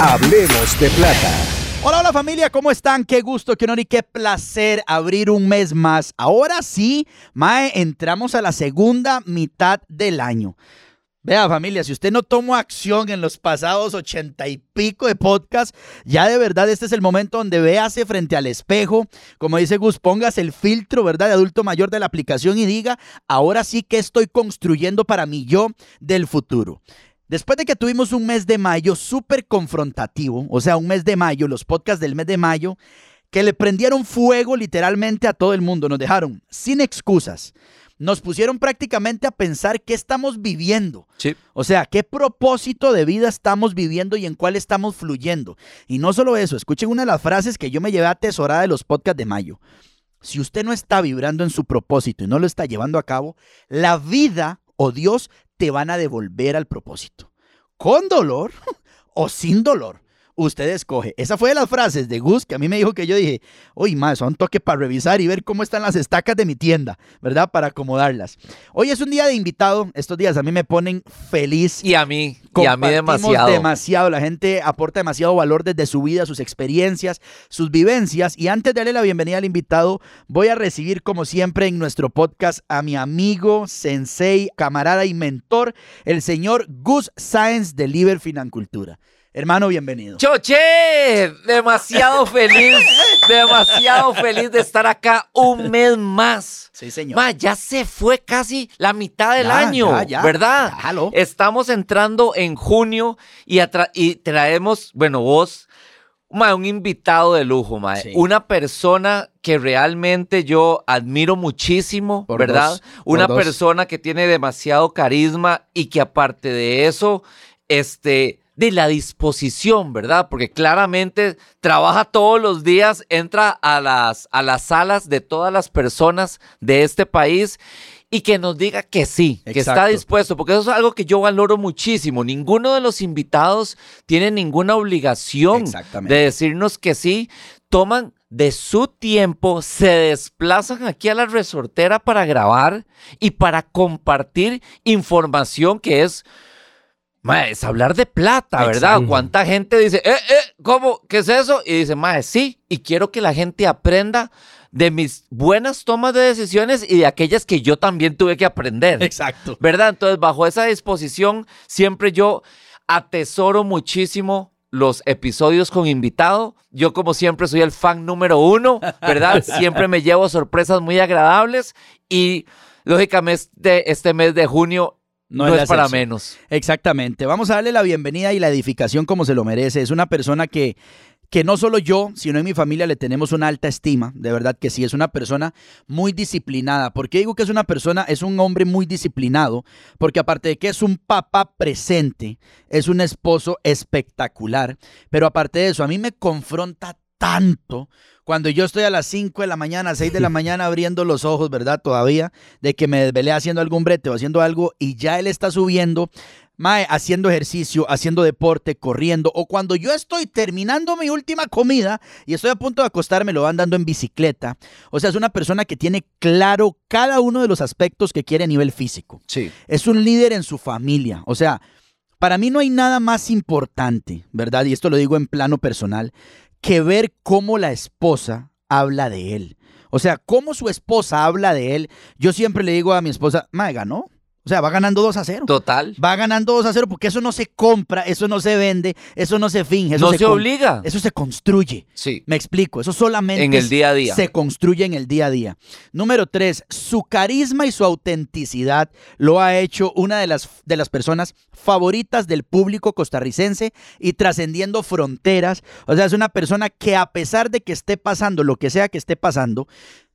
Hablemos de plata. Hola, hola familia, ¿cómo están? Qué gusto, qué honor y qué placer abrir un mes más. Ahora sí, Mae, entramos a la segunda mitad del año. Vea familia, si usted no tomó acción en los pasados ochenta y pico de podcast, ya de verdad este es el momento donde véase frente al espejo, como dice Gus, pongas el filtro, ¿verdad?, de adulto mayor de la aplicación y diga, ahora sí que estoy construyendo para mí yo del futuro. Después de que tuvimos un mes de mayo súper confrontativo, o sea, un mes de mayo, los podcasts del mes de mayo, que le prendieron fuego literalmente a todo el mundo, nos dejaron sin excusas. Nos pusieron prácticamente a pensar qué estamos viviendo. Sí. O sea, qué propósito de vida estamos viviendo y en cuál estamos fluyendo. Y no solo eso, escuchen una de las frases que yo me llevé atesorada de los podcasts de mayo. Si usted no está vibrando en su propósito y no lo está llevando a cabo, la vida o Dios te van a devolver al propósito. Con dolor o sin dolor. Usted escoge. Esa fue de las frases de Gus que a mí me dijo que yo dije, uy, más, son toque para revisar y ver cómo están las estacas de mi tienda, ¿verdad? Para acomodarlas. Hoy es un día de invitado. Estos días a mí me ponen feliz. Y a mí, y a mí Compartimos demasiado. demasiado. La gente aporta demasiado valor desde su vida, sus experiencias, sus vivencias. Y antes de darle la bienvenida al invitado, voy a recibir, como siempre, en nuestro podcast a mi amigo, sensei, camarada y mentor, el señor Gus Sáenz de Liber Financultura. Hermano, bienvenido. Choche, demasiado feliz, demasiado feliz de estar acá un mes más. Sí, señor. Ma, ya se fue casi la mitad del Ya, año, ya, ya. ¿verdad? Eh, Ya, aló. Estamos entrando en junio y, atra- y traemos, bueno, vos, ma, un invitado de lujo, ma, Sí. una persona que realmente yo admiro muchísimo, Por ¿verdad? dos, por una dos. persona que tiene demasiado carisma y que aparte de eso, este, de la disposición, ¿verdad? Porque claramente trabaja todos los días, entra a las, a las salas de todas las personas de este país y que nos diga que sí, que está Exacto. dispuesto, porque eso es algo que yo valoro muchísimo. Ninguno de los invitados tiene ninguna obligación Exactamente. de decirnos que sí, toman de su tiempo, se desplazan aquí a la resortera para grabar y para compartir información que es, ma, es hablar de plata, ¿verdad? Exacto. ¿Cuánta gente dice, eh, eh, cómo, qué es eso? Y dice, ma, sí, y quiero que la gente aprenda de mis buenas tomas de decisiones y de aquellas que yo también tuve que aprender. Exacto. ¿Verdad? Entonces, bajo esa disposición, siempre yo atesoro muchísimo los episodios con invitado. Yo, como siempre, soy el fan número uno, ¿verdad? siempre me llevo sorpresas muy agradables y, lógicamente, este mes de junio No no, es la es para excepción. menos. Exactamente. Vamos a darle la bienvenida y la edificación como se lo merece. Es una persona que que no solo yo, sino en mi familia le tenemos una alta estima, de verdad que sí, es una persona muy disciplinada. ¿Por qué digo que es una persona, es un hombre muy disciplinado? Porque aparte de que es un papá presente, es un esposo espectacular, pero aparte de eso, a mí me confronta tanto cuando yo estoy a las 5 de la mañana, 6 de la mañana abriendo los ojos, ¿verdad? Todavía, de que me desvelé haciendo algún brete o haciendo algo y ya él está subiendo, mae, haciendo ejercicio, haciendo deporte, corriendo, o cuando yo estoy terminando mi última comida y estoy a punto de acostarme, lo van dando en bicicleta. O sea, es una persona que tiene claro cada uno de los aspectos que quiere a nivel físico. Sí. Es un líder en su familia. O sea, para mí no hay nada más importante, ¿verdad? Y esto lo digo en plano personal, que ver cómo la esposa habla de él. O sea, cómo su esposa habla de él, yo siempre le digo a mi esposa, mae, ganó. O sea, va ganando 2 a 0. Total. Va ganando 2 a 0 porque eso no se compra, eso no se vende, eso no se finge. Eso No se con- obliga. Eso se construye. Sí. Me explico, eso solamente En el día a día. se construye en el día a día. Número tres, su carisma y su autenticidad lo ha hecho una de las, de las personas favoritas del público costarricense y trascendiendo fronteras. O sea, es una persona que a pesar de que esté pasando lo que sea que esté pasando,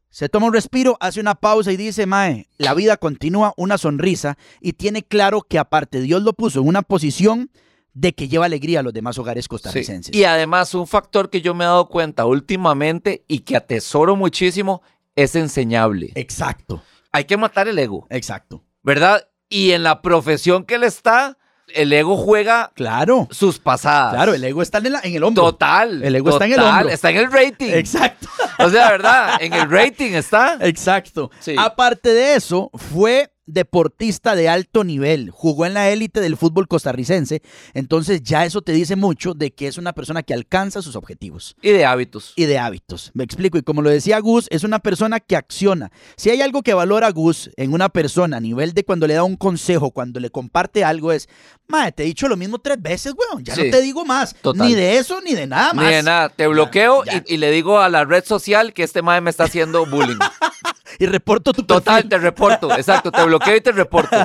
se toma un respiro, hace una pausa y dice, Mae, la vida continúa, una sonrisa, y tiene claro que aparte Dios lo puso en una posición de que lleva alegría a los demás hogares Sí. costarricenses. Y además, un factor que yo me he dado cuenta últimamente y que atesoro muchísimo es enseñable. Eh. Exacto, Hay que matar el ego, exacto. ¿verdad? Y en la profesión que él está, el ego juega Claro. sus pasadas. Claro, el ego está en, la- en el hombro. Total. El ego está en el total, hombro. Está en el rating. Exacto. O sea, ¿verdad? En el rating está. Exacto. Sí. Aparte de eso, fue deportista de alto nivel, jugó en la élite del fútbol costarricense, entonces ya eso te dice mucho de que es una persona que alcanza sus objetivos Y de hábitos. y de hábitos. Me explico, y como lo decía Gus, es una persona que acciona. Si hay algo que valora Gus en una persona a nivel de cuando le da un consejo, cuando le comparte algo, es, madre, te he dicho lo mismo tres veces, weón, ya Sí. no te digo más, Total. ni de eso, ni de nada más. Ni de nada. Te bloqueo ya. Y, y le digo a la red social que este mae me está haciendo bullying. Y reporto tu Total, perfil. te reporto. Exacto, te bloqueo y te reporto.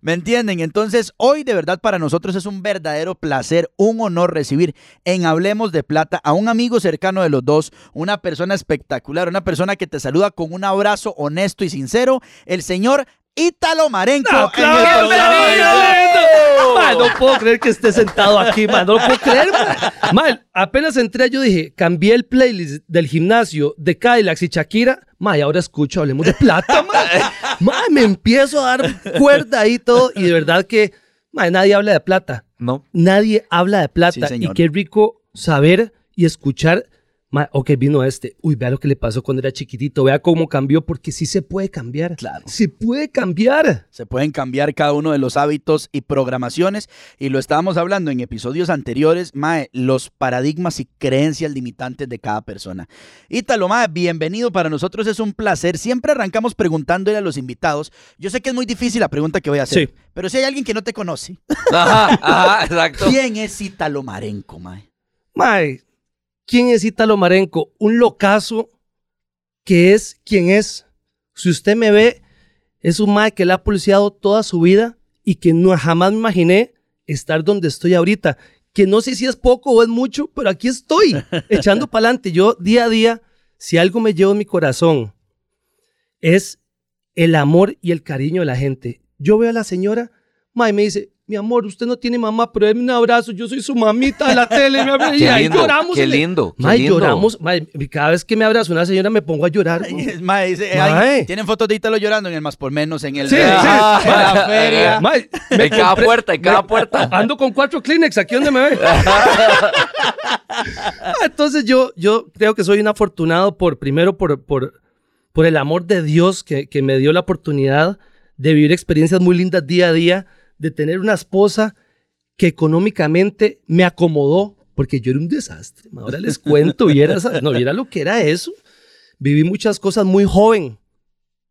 ¿Me entienden? Entonces, hoy de verdad para nosotros es un verdadero placer, un honor recibir en Hablemos de Plata a un amigo cercano de los dos, una persona espectacular, una persona que te saluda con un abrazo honesto y sincero, el señor Ítalo Marenco. en el ¡Bienvenido! programa de hoy. Ma, no puedo creer que esté sentado aquí, man. No lo puedo creer, man. Ma, apenas entré, yo dije, cambié el playlist del gimnasio de Cadillacs y Shakira. Ma, y ahora escucho, hablemos de plata, man. Ma, me empiezo a dar cuerda ahí todo. Y de verdad que, ma, nadie habla de plata. No. Nadie habla de plata. Sí, y señor. qué rico saber y escuchar. ma, ok, vino este. Uy, vea lo que le pasó cuando era chiquitito. Vea cómo cambió, porque sí se puede cambiar. Claro. Se puede cambiar. Se pueden cambiar cada uno de los hábitos y programaciones. Y lo estábamos hablando en episodios anteriores, Mae, los paradigmas y creencias limitantes de cada persona. Ítalo, Mae, bienvenido. Para nosotros es un placer. Siempre arrancamos preguntándole a los invitados. Yo sé que es muy difícil la pregunta que voy a hacer, Sí. pero si hay alguien que no te conoce, Ajá, ajá, exacto. ¿quién es Ítalo Marenco, Mae? Mae, ¿quién es Italo Marenco? Un locazo que es quien es. Si usted me ve, es un mae que la ha pulseado toda su vida y que no, jamás me imaginé estar donde estoy ahorita. Que no sé si es poco o es mucho, pero aquí estoy, echando para adelante. Yo día a día, si algo me llevo en mi corazón, es el amor y el cariño de la gente. Yo veo a la señora, mae, me dice, mi amor, usted no tiene mamá, pero déme un abrazo, yo soy su mamita de la tele. me abraza", y Qué ahí lindo, lloramos. qué y le- lindo, qué Mae, lindo. lloramos. mae, cada vez que me abraza una señora me pongo a llorar. güey. Mae, dice, Mae. ay, tienen fotos de Ítalo llorando en el más por menos, en el Sí, en sí. la feria. Mae, En cada compré- puerta, en cada puerta. Ando con cuatro Kleenex aquí donde me ve. Ah, Entonces yo, yo creo que soy un afortunado por, primero, por, por, por el amor de Dios que, que me dio la oportunidad de vivir experiencias muy lindas día a día, de tener una esposa que económicamente me acomodó, porque yo era un desastre. ma, Ahora les cuento, viera, esa- no, viera lo que era eso. Viví muchas cosas muy joven.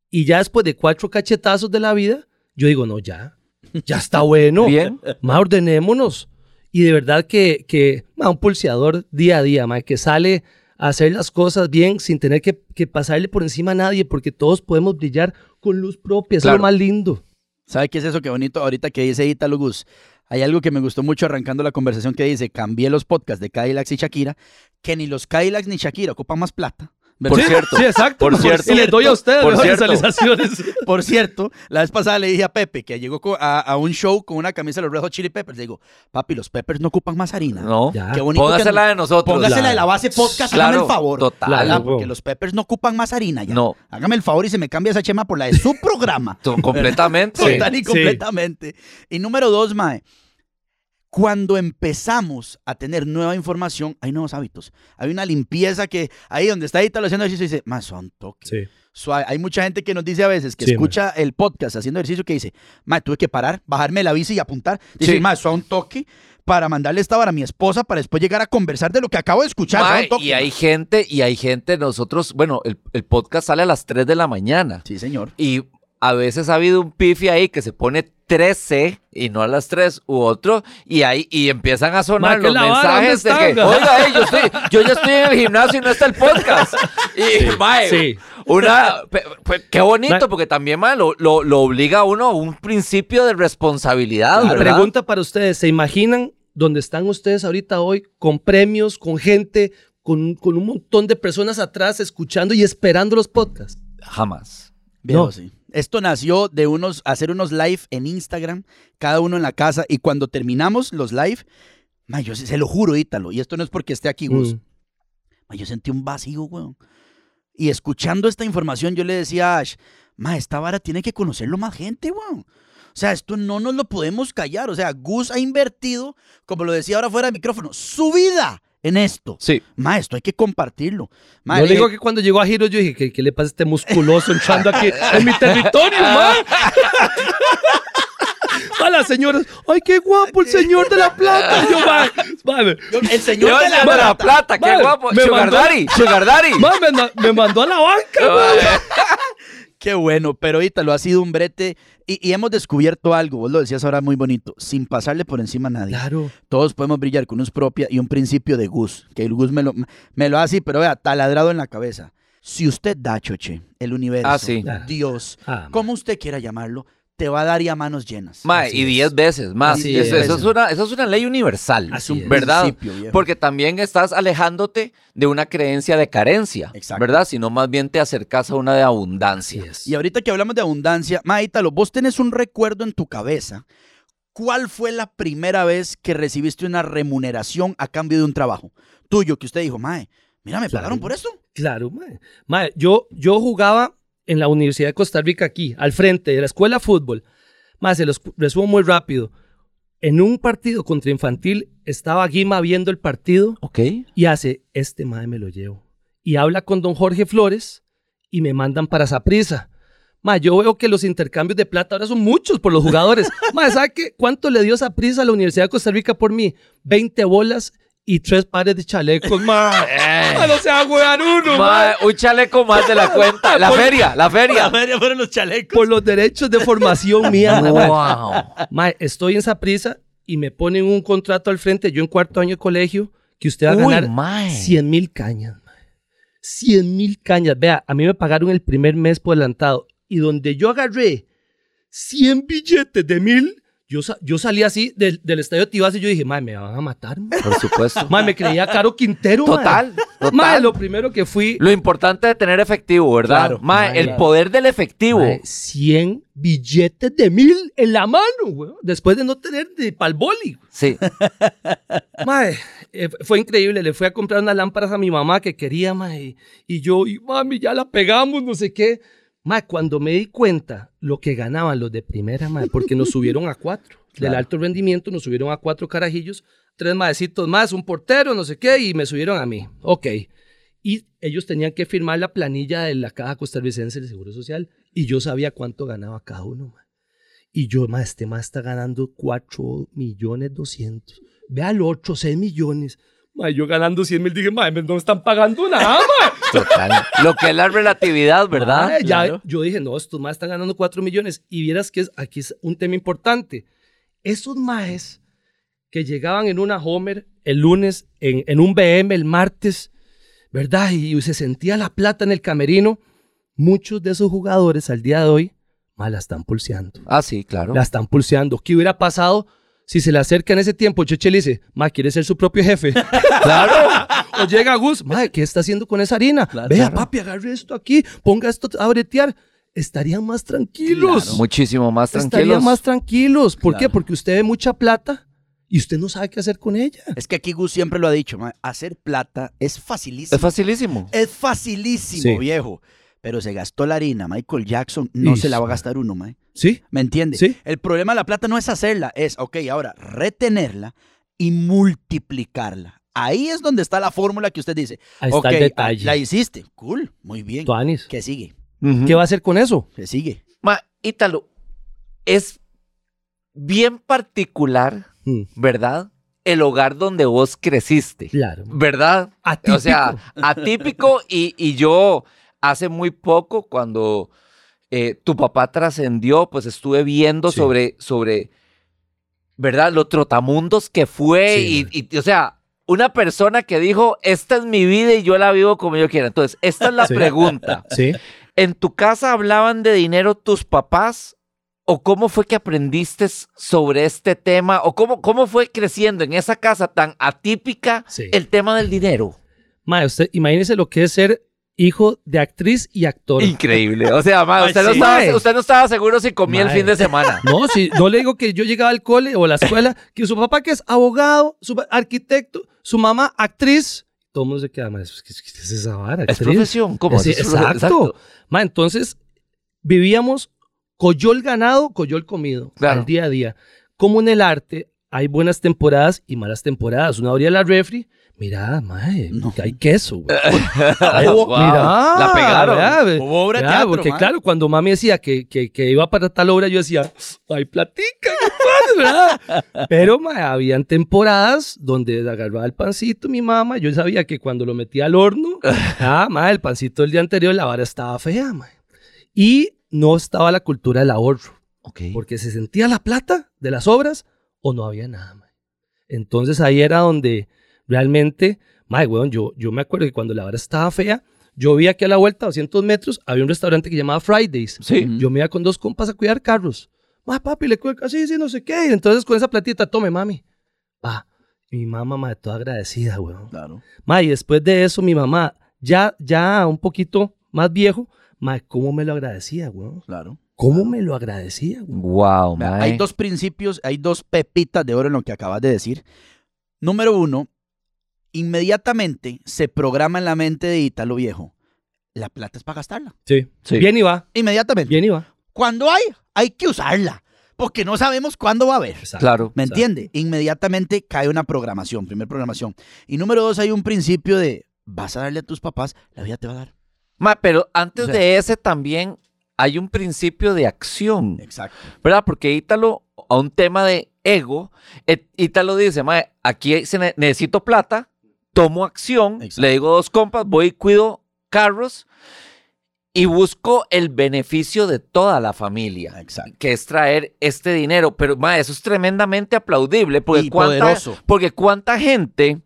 Y ya después de cuatro cachetazos de la vida, yo digo, no, ya, ya está bueno. Bien. Más ordenémonos. Y de verdad que, que ma, un pulseador día a día, ma, que sale a hacer las cosas bien sin tener que, que pasarle por encima a nadie, porque todos podemos brillar con luz propia. Eso es Claro. lo más lindo. ¿Sabe qué es eso? Qué bonito ahorita que dice Italo Gus. Hay algo que me gustó mucho arrancando la conversación que dice, cambié los podcasts de Cadillacs y Shakira, que ni los Cadillacs ni Shakira ocupan más plata. Por ¿Verdad? cierto. exacto. Por cierto. Y les doy a ustedes Por las cierto. visualizaciones. Por cierto, la vez pasada le dije a Pepe que llegó co- a, a un show con una camisa de los Red Hot Chili Peppers. Le digo, papi, los Peppers no ocupan más harina. No. Ya. Qué bonito. que Póngasela no- de nosotros. Póngasela de Claro. la base podcast, Claro, hágame el favor. total. ¿verdad? Claro. Porque los Peppers no ocupan más harina ya. No. Hágame el favor y se me cambia esa chema por la de su programa. To- Completamente. Sí. Total y completamente. Y número dos, Mae. Cuando empezamos a tener nueva información, hay nuevos hábitos. Hay una limpieza que ahí donde está Italo haciendo ejercicio dice, más son toque. Sí. suave. Hay mucha gente que nos dice a veces que Sí, escucha el podcast haciendo ejercicio que dice, ma, tuve que parar, bajarme la bici y apuntar. Dice, Sí. ma, suave un toque para mandarle esta vara a mi esposa para después llegar a conversar de lo que acabo de escuchar. suave Mae, un toque, y ma". hay gente, y hay gente, nosotros, bueno, el, el podcast sale a las 3 de la mañana. Sí, señor. Y a veces ha habido un pifi ahí que se pone 13 y no a las 3 u otro, y ahí y empiezan a sonar Ma, ¿qué los la vara? mensajes de ¿Dónde que, están? oiga, ey, yo, estoy- yo ya estoy en el gimnasio y no está el podcast. Y, mae, sí. una, pe- pe- qué bonito, Ma- porque también, mae, lo, lo- lo obliga a uno a un principio de responsabilidad, La Ah, ¿verdad? pregunta para ustedes, ¿se imaginan dónde están ustedes ahorita hoy con premios, con gente, con, con un montón de personas atrás escuchando y esperando los podcasts? Jamás. Viejo, No. sí. Esto nació de unos hacer unos live en Instagram, cada uno en la casa, y cuando terminamos los live, ma, yo se, se lo juro, Ítalo, y esto no es porque esté aquí, Gus. Mm. ma, yo sentí un vacío, weón. Y escuchando esta información, yo le decía a Ash, ma, esta vara tiene que conocerlo más gente, weón. O sea, esto no nos lo podemos callar. O sea, Gus ha invertido, como lo decía ahora fuera del micrófono, su vida en esto. Sí. Ma, esto hay que compartirlo. eh, Ma, yo le dije, digo que cuando llegó a Giro yo dije, ¿qué, qué le pasa a este musculoso entrando aquí en mi territorio, man? A las señoras, ¡ay, qué guapo el señor de la plata! Y yo, man, man, el señor de la Señor plata. plata, qué Mae, guapo. me Sugar mandó- Daddy, Sugar Daddy. man, me, ma- me mandó a la banca, man. Qué bueno, pero Ítalo, ha sido un brete y, y hemos descubierto algo, vos lo decías ahora muy bonito, sin pasarle por encima a nadie. Claro. Todos podemos brillar con unos propia y un principio de Gus, que el Gus me lo, me lo hace, pero vea, taladrado en la cabeza. Si usted da, Choche, el universo, Ah, sí. Dios, Ah, man. como usted quiera llamarlo, te va a dar y a manos llenas. Mae, Así y es. 10 veces más. Así Eso, es. eso es una, eso es una ley universal, Es un ¿verdad? principio, viejo. Porque también estás alejándote de una creencia de carencia, Exacto. ¿verdad? Sino más bien te acercas a una de abundancia. Así es. Y ahorita que hablamos de abundancia, Mae, Ítalo, vos tenés un recuerdo en tu cabeza. ¿Cuál fue la primera vez que recibiste una remuneración a cambio de un trabajo tuyo que usted dijo, Mae, mira, me Claro. pagaron por esto? Claro, mae. Mae, yo, yo jugaba en la Universidad de Costa Rica aquí, al frente de la escuela de fútbol. Mae, se los cu- resumo muy rápido. En un partido contra Infantil estaba Guima viendo el partido ¿Ok? y hace, este mae me lo llevo. Y habla con don Jorge Flores y me mandan para Saprisa. Mae, yo veo que los intercambios de plata ahora son muchos por los jugadores. mae, ¿sabe qué? ¿Cuánto le dio Saprisa a la Universidad de Costa Rica por mí? 20 bolas y tres pares de chalecos, mae. Mae, no se va a jugar uno, mae. Mae, un chaleco más de la cuenta. La Por- feria, la feria. los chalecos. por los derechos de formación mía. mae. Wow. Mae, estoy en esa prisa y me ponen un contrato al frente, yo en cuarto año de colegio, que usted va a Uy, ganar mae. 100 mil cañas. mae. 100 mil cañas. Vea, a mí me pagaron el primer mes por adelantado y donde yo agarré 100 billetes de mil, yo, sa- yo salí así del, del estadio Tibás y yo dije, mae, me van a matar. mae". Por supuesto. Mae, me creía Caro Quintero. mae. Total, total. Mae, lo... lo primero que fui, importante de tener efectivo, ¿verdad? Claro. Mae, Mae, el claro. poder del efectivo. Mae, 100 billetes de mil en la mano, weón, Después de no tener de pal boli. Sí. Mae, eh, fue increíble. Le fui a comprar unas lámparas a mi mamá que quería, mae. Y yo, y mami, ya la pegamos, no sé qué. Mae, cuando me di cuenta lo que ganaban los de primera, mae, porque nos subieron a cuatro. Del alto rendimiento nos subieron a cuatro carajillos, tres maecitos más, un portero, no sé qué, y me subieron a mí. Ok. Y ellos tenían que firmar la planilla de la Caja Costarricense del Seguro Social. Y yo sabía cuánto ganaba cada uno, mae. Y yo, ma, este ma está ganando 4 millones 200. Ve al otro, 6 millones. Ma, yo ganando 100 mil, dije, ma, me- no me están pagando nada, ma. Total. Lo que es la relatividad, ¿verdad? Ma, Ah, ya- Claro. Yo dije, no, estos más están ganando 4 millones. Y vieras que es, aquí es un tema importante. Esos maes que llegaban en una Homer el lunes, en, en un BM el martes, ¿verdad? Y, se sentía la plata en el camerino. Muchos de esos jugadores al día de hoy, ma, la están pulseando. Ah, sí, claro. La están pulseando. ¿Qué hubiera pasado si se le acerca en ese tiempo? Cheche le dice, ma, quiere ser su propio jefe. Claro. o llega Gus, ma, ¿qué está haciendo con esa harina? Claro. Vea, papi, agarre esto aquí, ponga esto a bretear. Estarían más tranquilos. Muchísimo más tranquilos. Estarían más tranquilos. ¿Por qué? Claro. Porque usted ve mucha plata y usted no sabe qué hacer con ella. Es que aquí Gus siempre lo ha dicho, mae, hacer plata es facilísimo. Es Es, facilísimo. Eh, facilísimo, Sí. viejo. Pero se gastó la harina, Michael Jackson no Is- se la va a gastar uno, mae. ¿Sí? ¿Me entiendes? Sí. El problema de la plata no es hacerla, es, ok, ahora retenerla y multiplicarla. Ahí es donde está la fórmula que usted dice. Ahí está ok, el detalle. La hiciste. Cool, muy bien. Tuanis. ¿Qué sigue? ¿Qué va a hacer con eso? Se sigue. Ma, Ítalo, es bien particular, Mm, ¿verdad? El hogar donde vos creciste, Claro. ¿verdad? Atípico. O sea, atípico y, y yo hace muy poco cuando eh, tu papá trascendió, pues estuve viendo Sí. sobre, sobre, ¿verdad? Los trotamundos que fue Sí, y, y, o sea, una persona que dijo, esta es mi vida y yo la vivo como yo quiera. Entonces, esta es la Sí. pregunta. Sí. ¿En tu casa hablaban de dinero tus papás? ¿O cómo fue que aprendiste sobre este tema? ¿O cómo, cómo fue creciendo en esa casa tan atípica Sí. el tema del dinero? Mae, usted imagínese lo que es ser hijo de actriz y actor. Increíble. O sea, ma, Ay, usted, no sí. Mae. estaba, usted no estaba seguro si comía Mae. el fin de semana. No, si no le digo que yo llegaba al cole o a la escuela, que su papá que es abogado, su pa- arquitecto, su mamá actriz. Todo el mundo se queda, mae, ¿qué, qué es esa vara? Es actriz?" profesión. ¿Cómo? Sí, Es profe- exacto. Ma, entonces vivíamos coyol ganado, coyol comido, Claro. al día a día. Como en el arte hay buenas temporadas y malas temporadas. Una abría la refri, mira, mae, No. que hay queso, güey. Ay, Hubo- wow, mira, la pegaron. vea, ve- Hubo obra de vea, teatro, Porque mae. claro, cuando mami decía que, que, que iba para tal obra, yo decía, ay, platica, qué padre", ¿verdad? Pero mae, habían temporadas donde agarraba el pancito mi mamá. Yo sabía que cuando lo metía al horno, ah, mae, el pancito del día anterior, la vara estaba fea, mae. Y no estaba la cultura del ahorro. Ok. Porque se sentía la plata de las obras o no había nada, mae. Entonces ahí era donde realmente, mae, weón, yo, yo me acuerdo que cuando la hora estaba fea, yo vi aquí a la vuelta, 200 metros, había un restaurante que llamaba Fridays. Sí. Yo me iba con dos compas a cuidar carros. Mae, papi, le cuelga así, sí, no sé qué. Y entonces con esa platita, tome, mami. Pa, mi mamá, mae, toda agradecida, weón. Claro. Mae, y después de eso, mi mamá, ya, ya un poquito más viejo, mae, cómo me lo agradecía, weón. Claro. Cómo me lo agradecía, weón. Wow, Vea, mae. Hay dos principios, hay dos pepitas de oro en lo que acabas de decir. Número uno, inmediatamente se programa en la mente de Ítalo Viejo. La plata es para gastarla. Sí. Sí. Bien y va, Inmediatamente. bien y va. Cuando hay, hay que usarla. Porque no sabemos cuándo va a haber. Exacto. Claro. ¿Me Exacto. entiende? Inmediatamente cae una programación, primer programación. Y número dos, hay un principio de vas a darle a tus papás, la vida te va a dar. Ma, pero antes O sea- de ese también hay un principio de acción. Exacto. ¿verdad? Porque Ítalo, a un tema de ego, eh, Ítalo dice, mae, aquí se ne- necesito plata, tomo acción, Exacto. le digo a dos compas, voy y cuido carros y busco el beneficio de toda la familia, Exacto. que es traer este dinero. Pero, mae, eso es tremendamente aplaudible, porque y Pues, cuánta- poderoso. porque cuánta gente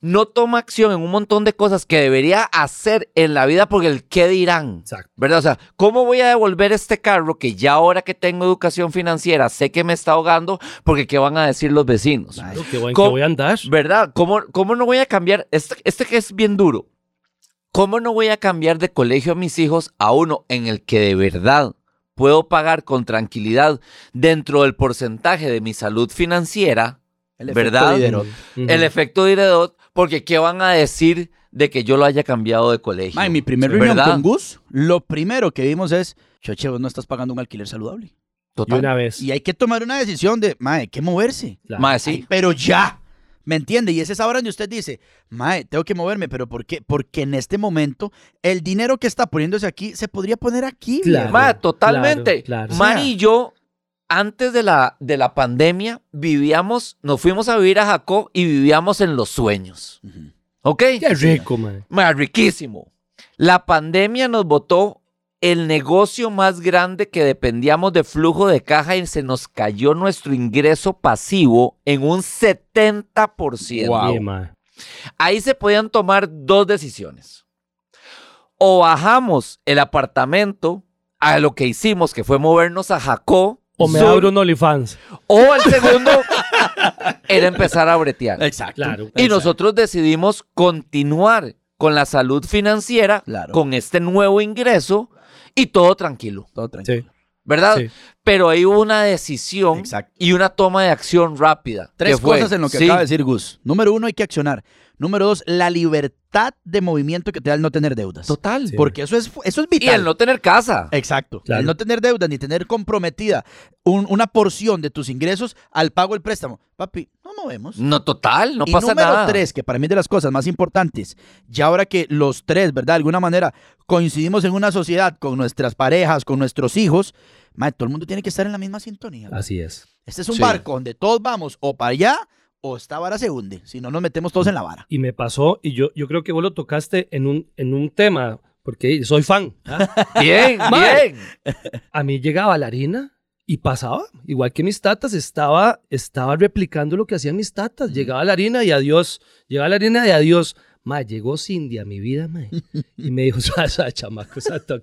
no toma acción en un montón de cosas que debería hacer en la vida porque el qué dirán. Exacto. ¿Verdad? O sea, ¿cómo voy a devolver este carro que ya ahora que tengo educación financiera sé que me está ahogando porque qué van a decir los vecinos? Ay, Claro, qué buen- ¿Cómo? que voy a andar. ¿Verdad? ¿Cómo, cómo no voy a cambiar? Este, este que es bien duro. ¿Cómo no voy a cambiar de colegio a mis hijos a uno en el que de verdad puedo pagar con tranquilidad dentro del porcentaje de mi salud financiera? el efecto ¿verdad? Diderot. Ujú. el efecto Diredot, porque ¿qué van a decir de que yo lo haya cambiado de colegio? Ma, en mi primer Sí. reunión ¿Verdad? con Gus, lo primero que vimos es, Choche, vos no estás pagando un alquiler saludable. Y una vez. Y hay que tomar una decisión de, mae, hay que moverse. Claro. Mae, sí. Ay, pero ya. ¿Me entiende? Y es esa hora donde usted dice, mae, tengo que moverme, pero ¿por qué? Porque en este momento el dinero que está poniéndose aquí se podría poner aquí. Claro. viejo. Ma, totalmente. claro, claro. Mari O sea- y yo, antes de la, de la pandemia, vivíamos, nos fuimos a vivir a Jacó y vivíamos en los sueños. Ujú. ¿Ok? Qué rico, mae. Ma, riquísimo. La pandemia nos botó el negocio más grande que dependíamos de flujo de caja y se nos cayó nuestro ingreso pasivo en un 70%. Bien, mae. Ahí se podían tomar dos decisiones. O bajamos el apartamento a lo que hicimos, que fue movernos a Jacó. O me Sur, abro un OnlyFans. o el segundo era empezar a bretear. Exacto. Claro. Y nosotros decidimos continuar con la salud financiera, Claro. con este nuevo ingreso y todo tranquilo, Todo tranquilo. Sí, ¿verdad? sí. Pero ahí hubo una decisión Exacto. y una toma de acción rápida. Tres que fue, cosas en lo que sí, acaba de decir Gus. Número uno, hay que accionar. Número dos, la libertad de movimiento que te da el no tener deudas. Total. Sí. Porque eso es, eso es Y vital. el no tener casa. Exacto. Claro. El no tener deudas ni tener comprometida un- una porción de tus ingresos al pago del préstamo. Papi, no me movemos. No, total, no y pasa número nada. tres, que para mí es de las cosas más importantes, ya ahora que los tres, ¿verdad? De alguna manera coincidimos en una sociedad con nuestras parejas, con nuestros hijos, mae, todo el mundo tiene que estar en la misma sintonía. Así es. Este es un Sí. barco donde todos vamos o para allá o esta vara se hunde, si no nos metemos todos en la vara. Y me pasó, y yo, yo creo que vos lo tocaste en un, en un tema, porque soy fan. ¿ah? Bien, Mae. bien. A mí llegaba la harina y pasaba, igual que mis tatas, estaba, estaba replicando lo que hacían mis tatas. Llegaba la harina y adiós, llegaba la harina y adiós. Ma, llegó Cindy a mi vida, ma, y me dijo, esa chamaco, sa, to-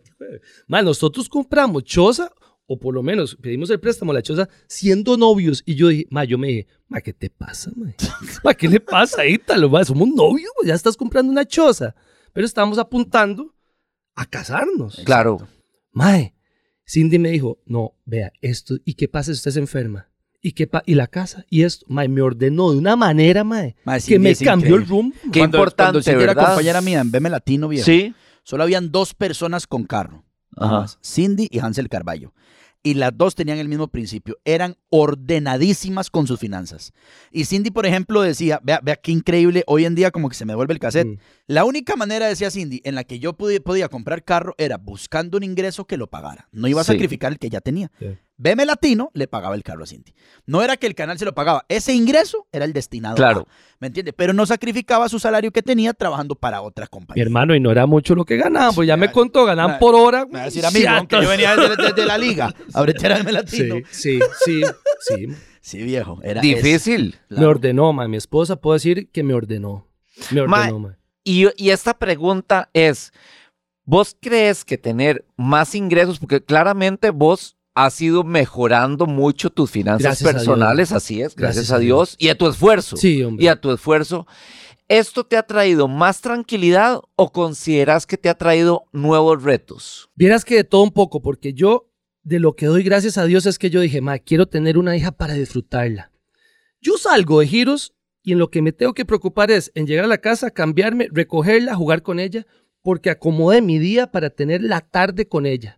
ma, nosotros compramos choza, o por lo menos pedimos el préstamo a la choza, siendo novios. Y yo dije, ma, yo me dije, ma, ¿qué te pasa, ma? Ma, ¿qué le pasa a Ítalo, ma? Somos novios, ya estás comprando una choza. Pero estábamos apuntando a casarnos. Claro. Mae, Cindy me dijo, no, vea, esto, ¿y qué pasa si usted se enferma? ¿Y qué pa- y la casa? Y esto, mae, me ordenó de una manera, mae, Mae, que Cindy me es cambió el increíble. rumbo. Qué Cuando- Cuando importante, Cindy era ¿verdad? compañera mía en BM Latino, viejo, Sí. solo habían dos personas con carro. nada Ajá. más, Cindy y Hansel Carballo. Y las dos tenían el mismo principio, eran ordenadísimas con sus finanzas. Y Cindy, por ejemplo, decía, vea, vea qué increíble, hoy en día como que se me vuelve el cassette. Mm. La única manera, decía Cindy, en la que yo podía, podía comprar carro era buscando un ingreso que lo pagara. No iba a Sí. sacrificar el que ya tenía. Sí. BM Latino le pagaba el carro a Cindy. No era que el canal se lo pagaba, ese ingreso era el destinado. Claro. a, ¿Me entiende? Pero no sacrificaba su salario que tenía trabajando para otra Mi compañía. hermano, y no era mucho lo que ganaban, pues ya Sí, me mae. contó, ganaban Mae, por hora. mm, Me va a decir amigo, aunque yo venía desde, desde la liga. Ahorita era BM Sí, Latino. sí, sí, sí. Sí, viejo. Era Difícil. es- Me ordenó, mae, mi esposa puedo decir que me ordenó. Me Mae, ordenó, mae. Y, y esta pregunta es, ¿vos crees que tener más ingresos, porque claramente vos has ido mejorando mucho tus finanzas Gracias a Dios. personales, así es, gracias, Gracias a a Dios, y a tu esfuerzo, Sí, hombre. y a tu esfuerzo, ¿esto te ha traído más tranquilidad o consideras que te ha traído nuevos retos? Vieras que de todo un poco, porque yo de lo que doy gracias a Dios es que yo dije, ma, quiero tener una hija para disfrutarla. Yo salgo de giros y en lo que me tengo que preocupar es en llegar a la casa, cambiarme, recogerla, jugar con ella, porque acomodé mi día para tener la tarde con ella.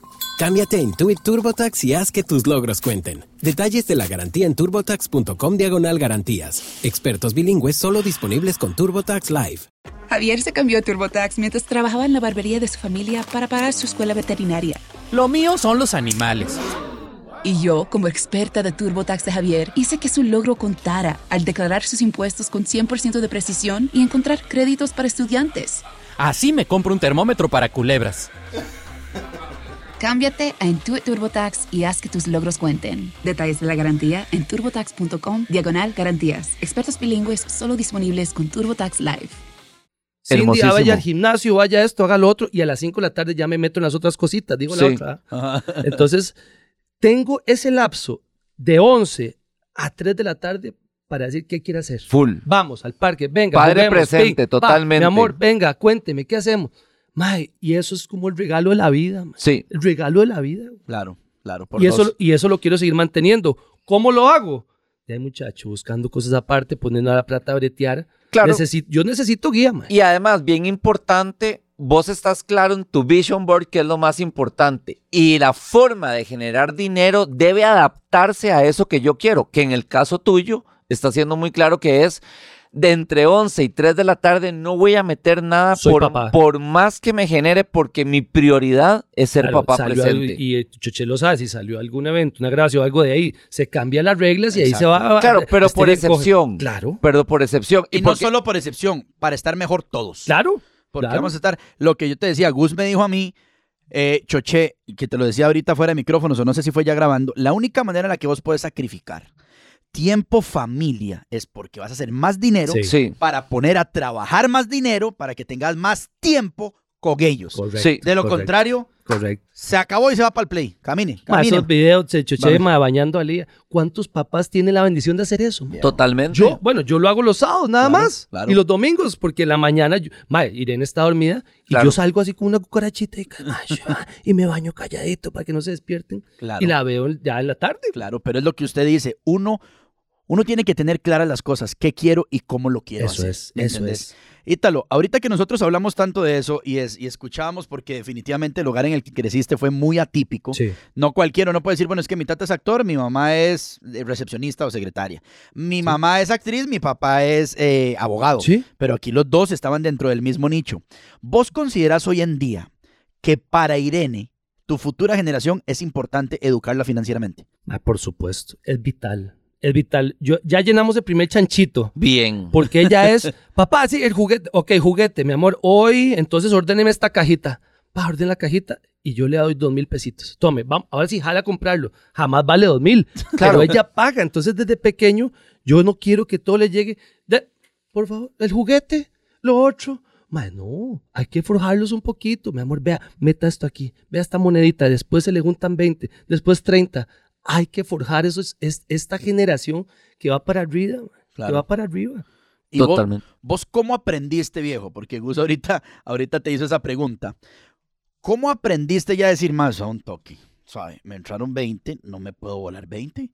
Cámbiate a Intuit TurboTax y haz que tus logros cuenten. Detalles de la garantía en turbotax.com diagonal garantías. Expertos bilingües solo disponibles con TurboTax Live. Javier se cambió a TurboTax mientras trabajaba en la barbería de su familia para pagar su escuela veterinaria. Lo mío son los animales. Y yo, como experta de TurboTax de Javier, hice que su logro contara al declarar sus impuestos con 100% de precisión y encontrar créditos para estudiantes. Así me compro un termómetro para culebras. Cámbiate a Intuit TurboTax y haz que tus logros cuenten. Detalles de la garantía en turbotax.com diagonal garantías. Expertos bilingües solo disponibles con TurboTax Live. Cindy, ah, Hermosísimo. vaya al gimnasio, vaya esto, haga lo otro, y a las 5 de la tarde ya me meto en las otras cositas, digo la Sí. otra. ¿ah? Ajá. Entonces, tengo ese lapso de 11 a 3 de la tarde para decir qué quiere hacer. Full. Vamos al parque, venga. Padre juguemos, presente, pa, totalmente. mi amor, venga, cuénteme, ¿qué hacemos? Mae, y eso es como el regalo de la vida, mae. Sí, el regalo de la vida. güey. Claro, claro. Por Y eso, dos. y eso lo quiero seguir manteniendo. ¿Cómo lo hago? Ya hay muchacho buscando cosas aparte, poniendo la plata a bretear. claro. Necesi- yo necesito guía, mae. Y además, bien importante, vos estás claro en tu vision board, que es lo más importante. Y la forma de generar dinero debe adaptarse a eso que yo quiero, que en el caso tuyo está siendo muy claro que es de entre 11 y 3 de la tarde no voy a meter nada Soy por, papá. por más que me genere, porque mi prioridad es ser Claro, papá salió algo- presente. y eh, Choche lo sabe, si salió algún evento, una grabación, algo de ahí, se cambian las reglas y ahí se Exacto. va. Claro, pero este por recoge- excepción. Claro, Pero por excepción. Y, Y, no porque- solo por excepción, para estar mejor todos. claro. Porque claro. vamos a estar. Lo que yo te decía, Gus me dijo a mí, eh, Choche, que te lo decía ahorita fuera de micrófonos o no sé si fue ya grabando, la única manera en la que vos puedes sacrificar tiempo familia es porque vas a hacer más dinero Sí. Sí, para poner a trabajar más dinero para que tengas más tiempo con ellos. Correcto, Sí. De lo correcto. contrario, Correcto. Se acabó y se va para el play. Camine, Ma, camine. esos videos, se choche, Vale. ma, bañando a Lía. ¿Cuántos papás tienen la bendición de hacer eso? Totalmente. Yo, bueno, yo lo hago los sábados nada Claro, más. claro. Y los domingos, porque en la mañana, yo- ma, Irene está dormida y Claro. yo salgo así con una cucarachita y, ca- ma, yo- y me baño calladito para que no se despierten. Claro. Y la veo ya en la tarde. Claro, pero es lo que usted dice. Uno, uno tiene que tener claras las cosas, qué quiero y cómo lo quiero. Eso hacer, es, ¿me eso entendés? Ítalo, ahorita que nosotros hablamos tanto de eso y, es, y escuchábamos, porque definitivamente el hogar en el que creciste fue muy atípico. Sí. No cualquiera, no puede decir, bueno, es que mi tata es actor, mi mamá es eh, recepcionista o secretaria. Mi mamá es actriz, mi papá es eh, abogado. Sí. Pero aquí los dos estaban dentro del mismo nicho. ¿Vos considerás hoy en día que para Irene, tu futura generación, es importante educarla financieramente? Ma, Ah, por supuesto, es vital. Es vital. Yo, ya llenamos el primer chanchito. Bien. Porque ella es, papá, sí, el juguete. Ok, juguete, mi amor. Hoy, entonces, ordéneme esta cajita. Pa, ordena la cajita y yo le doy dos mil pesitos. Tome, vamos, ahora sí, jala a comprarlo. Jamás vale dos mil. Pero ella paga. Entonces, desde pequeño, yo no quiero que todo le llegue. De, por favor, el juguete, lo otro. Mae, no, hay que forjarlos un poquito. Mi amor, vea, meta esto aquí. Vea esta monedita. Después se le juntan 20, después 30. Hay que forjar eso, es, es- esta generación que va para arriba. Claro. Que va para arriba. Y vos- Totalmente. ¿Vos cómo aprendiste, viejo? Porque Gus ahorita, ahorita te hizo esa pregunta. ¿Cómo aprendiste ya a decir más a un toque? ¿Sabe? Me entraron 20, no me puedo volar 20.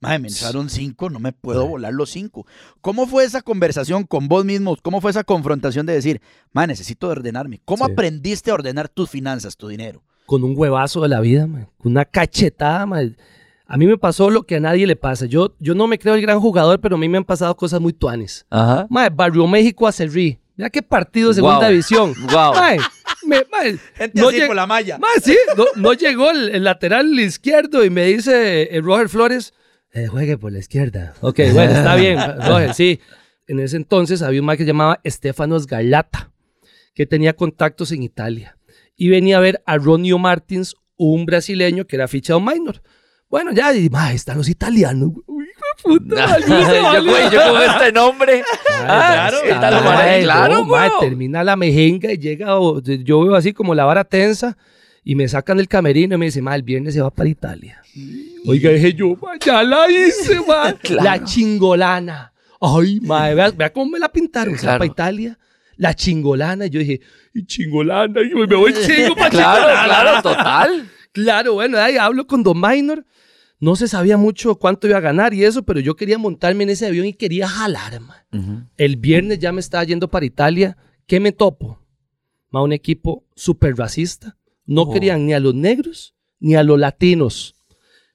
Madre, me entraron 5, no me puedo volar los 5. ¿Cómo fue esa conversación con vos mismo? ¿Cómo fue esa confrontación de decir, madre, necesito ordenarme? ¿Cómo Sí. aprendiste a ordenar tus finanzas, tu dinero? con un huevazo de la vida, man, con una cachetada. man. A mí me pasó lo que a nadie le pasa. Yo, yo no me creo el gran jugador, pero a mí me han pasado cosas muy tuanes. Ajá. Mae, Barrio México a Cerrí. Mira qué partido de segunda Guau. división. Guau. Mae, me- mae, lleg- malla. Mae, sí, no, no llegó el, el lateral izquierdo y me dice eh, Roger Flores, eh, juegue por la izquierda. Ok, bueno, está bien, Roger, sí. En ese entonces había un mae que se llamaba Estefano Galata, que tenía contactos en Italia. Y venía a ver a Ronio Martins, un brasileño que era fichado minor. Bueno, ya, y, mae, están los italianos. Uy, hijo de puta, mae, ¿cómo se Ah, yo, vale? güey, yo con este nombre. Ah, Claro, ¿qué tal, claro, este. Omar? mae, Claro, no, mae, güey. termina la mejenga y llega, o- yo veo así como la vara tensa y me sacan del camerino y me dicen, ma, el viernes se va para Italia. Oiga, dije yo, "Ma, ya la hice, ma". La chingolana. Ay, madre, vea, vea cómo me la pintaron. Se va Claro. para Italia. La chingolana. Y Yo dije, y chingolana, y me voy chingo para Claro, claro, total. Claro, bueno, ahí hablo con Don Minor. No se sabía mucho cuánto iba a ganar y eso, pero yo quería montarme en ese avión y quería jalar, ma. El viernes ya me estaba yendo para Italia. ¿Qué me topo? Ma, un equipo súper racista. No Oh. querían ni a los negros ni a los latinos.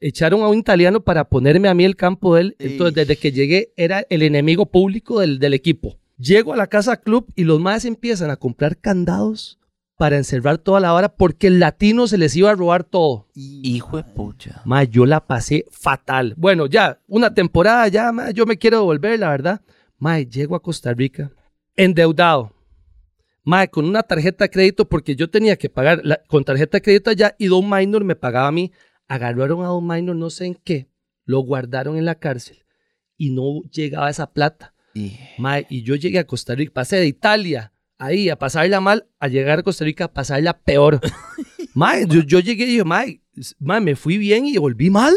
Echaron a un italiano para ponerme a mí el campo de él. Entonces, Ey. desde que llegué, era el enemigo público del, del equipo. Llego a la casa club y los más empiezan a comprar candados para encerrar toda la hora porque el latino se les iba a robar todo. Hijo de pucha. Ma, yo la pasé fatal. Bueno, ya, una temporada ya, ma, yo me quiero devolver, la verdad. Ma, llego a Costa Rica endeudado. Ma, con una tarjeta de crédito, porque yo tenía que pagar la- con tarjeta de crédito allá y Don Minor me pagaba a mí. Agarraron a Don Minor no sé en qué, lo guardaron en la cárcel y no llegaba esa plata. Ma, y yo llegué a Costa Rica, pasé de Italia ahí a pasarla mal, a llegar a Costa Rica a pasarla peor. Mae, yo, yo llegué y dije, mae, s- mae, me fui bien y volví mal.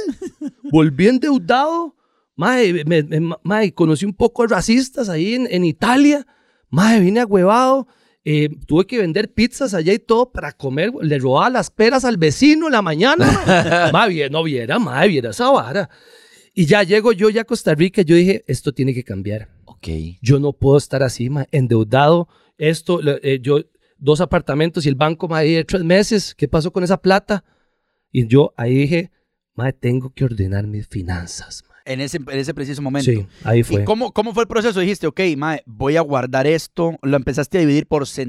Volví endeudado. Mae, me- me- ma- mae, conocí un poco de racistas ahí en, en Italia. Mae, vine agüevado. Eh, tuve que vender pizzas allá y todo para comer. Le robaba las peras al vecino en la mañana. mae, vie- no viera, mae, viera esa vara. Y ya llego yo ya a Costa Rica. Yo dije, esto tiene que cambiar Ok. yo no puedo estar así, ma, endeudado. Esto, lo- eh, yo, dos apartamentos y el banco me dijo tres meses, ¿qué pasó con esa plata? Y yo ahí dije, ma, tengo que ordenar mis finanzas. ma". En ese, en ese preciso momento. Sí, ahí fue. ¿Y cómo, cómo fue el proceso? Dijiste, ok, mae, voy a guardar esto, lo empezaste a dividir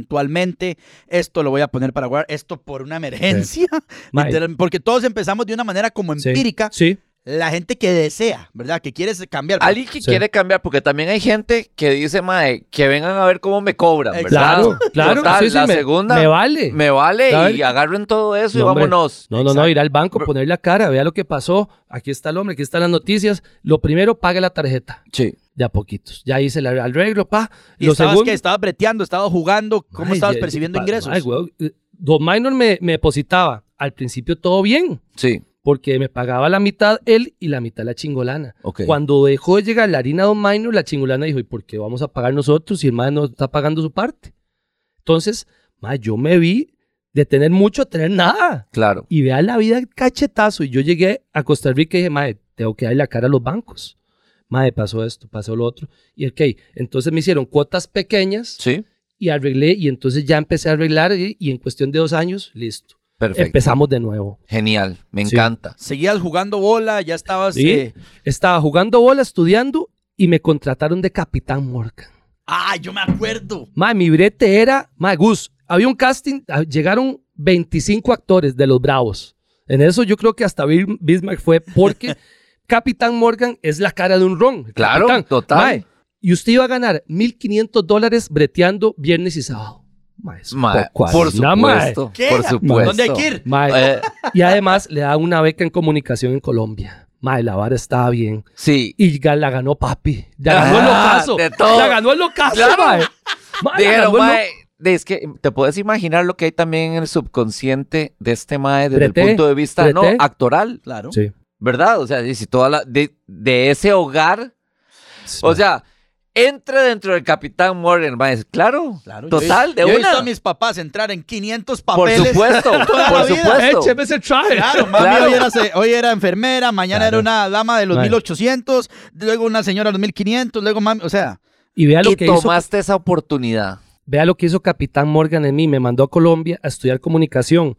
porcentualmente, esto lo voy a poner para guardar, esto por una emergencia, Mae. Literal- porque todos empezamos de una manera como Sí, empírica, Sí, la gente que desea, ¿verdad? Que quieres cambiar. Alguien que Sí. quiere cambiar, porque también hay gente que dice, mae, que vengan a ver cómo me cobran, ¿verdad? claro, claro. Total, sí, sí, la me, segunda me vale. me vale Claro. y agarren todo eso No, y hombre. vámonos. No, no, no, ir al banco, Pero- poner la cara, vea lo que pasó. Aquí está el hombre, aquí están las noticias. Lo primero, pague la tarjeta. Sí. de a poquitos. Ya hice el arreglo, pa. ¿Y Lo estabas segundo- que estabas breteando, estabas jugando, ¿cómo Ay, estabas ya- percibiendo pa- ingresos? ay, weón, eh, Don Minor me, me depositaba al principio todo bien, Sí, porque me pagaba la mitad él y la mitad la chingolana. ok. Cuando dejó de llegar la harina a Don Minor, la chingolana dijo, ¿y por qué vamos a pagar nosotros si el madre no está pagando su parte? Entonces, ma, yo me vi de tener mucho a tener nada. Claro. Y vea la vida al cachetazo. Y yo llegué a Costa Rica y dije, madre, tengo que darle la cara a los bancos. Madre, pasó esto, pasó lo otro. Y ok, entonces me hicieron cuotas pequeñas Sí, y arreglé. Y entonces ya empecé a arreglar y, y en cuestión de dos años, listo. perfecto. Empezamos de nuevo. Genial, me Sí. encanta. Seguías jugando bola, ya Ah, estabas. Sí. eh, Estaba jugando bola, estudiando y me contrataron de Capitán Morgan. ah, yo me acuerdo. Mae, mi brete era, mae, Gus, había un casting, ah, llegaron 25 actores de los Bravos. En eso yo creo que hasta Bir- Bismarck fue porque Capitán Morgan es la cara de un ron. el Claro, capitán. total. Mae, y usted iba a ganar 1.500 dólares breteando viernes y sábado. Mae, es Ma- poco por así, ¿no, mae? supuesto, ¿Qué? por supuesto. ¿Dónde hay que ir? Mae, Eh, y además le da una beca en comunicación en Colombia. Mae, la vara estaba bien. sí, Y ga- la ganó papi. La ganó el Ah, locazo. de todo. La ganó el locazo, Claro. mae. Mae, la Dijeron, ganó el mae, de- es que te puedes imaginar lo que hay también en el subconsciente de este mae desde Brete, el punto de vista no brete. actoral, Claro. Sí. ¿verdad? O sea, y si toda la, de, de ese hogar, o sea, entra dentro del Capitán Morgan, mae, claro, Claro, yo total, he- de yo he una. visto a mis papás entrar en 500 Por papeles. supuesto, toda por la vida. supuesto. Écheme ese Eh, traje. Claro, mami Claro. Hoy, era, se- hoy era enfermera, mañana era Claro. una dama de los Mae. 1800, luego una señora de los 1500, luego mami, o sea, Y vea lo, Y que hizo, tomaste esa oportunidad. vea lo que hizo Capitán Morgan en mí. Me mandó a Colombia a estudiar comunicación.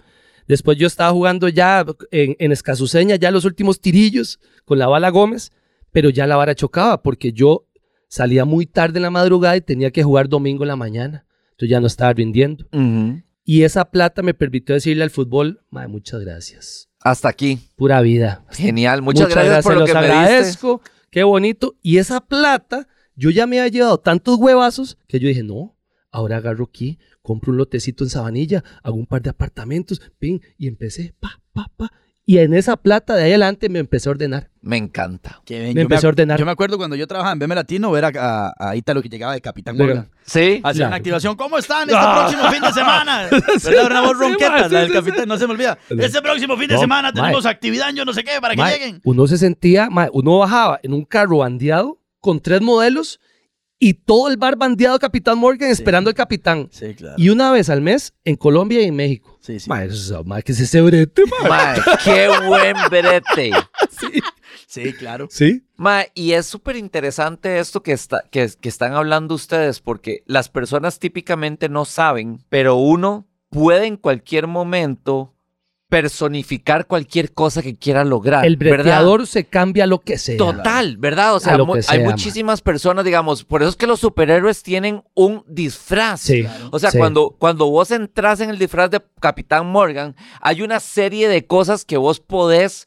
Después yo estaba jugando ya en, en Escazuseña, ya los últimos tirillos con la bala Gómez, pero ya la vara chocaba porque yo salía muy tarde en la madrugada y tenía que jugar domingo en la mañana. Entonces ya no estaba rindiendo. Ujú. Y esa plata me permitió decirle al fútbol, "Mae, muchas gracias. Hasta aquí. Pura vida. Genial. Muchas, gracias, por lo los que me diste. agradezco. Qué bonito. Y esa plata, yo ya me había llevado tantos huevazos que yo dije, no, ahora agarro aquí, compro un lotecito en Sabanilla, hago un par de apartamentos, pin, y empecé, pa, pa, pa. Y en esa plata de ahí adelante me empecé a ordenar. Me encanta. que ven, Me yo, empezó a ac- ordenar. yo me acuerdo cuando yo trabajaba en BM Latino, ver a, a, a Ítalo que llegaba de Capitán Morgan. Sí. Hacía Claro. una activación, ¿cómo están este Ah. próximo fin de semana? ¿Verdad? Una voz sí, mae, ronqueta, sí, la del sí, Capitán, no se me olvida. Este próximo fin de No, semana tenemos mae. actividad, en yo no sé qué, para que Mae, lleguen. uno se sentía, mae, uno bajaba en un carro bandeado con tres modelos y todo el bar bandeado de Capitán Morgan esperando al capitán. Sí, claro. Y una vez al mes en Colombia y en México. Sí, sí. Mae, eso, mae, que es ese brete, mae. Mae, qué buen brete. Sí, claro. Sí. Ma, y es súper interesante esto que, está, que, que están hablando ustedes, porque las personas típicamente no saben, pero uno puede en cualquier momento personificar cualquier cosa que quiera lograr. El Ah, ¿verdad? breteador se cambia lo que sea. Total, ¿verdad? O A sea, lo mu- que hay sea, ma. muchísimas personas, digamos, por eso es que los superhéroes tienen un disfraz. Sí. O sea, Sí. cuando, cuando vos entras en el disfraz de Capitán Morgan, hay una serie de cosas que vos podés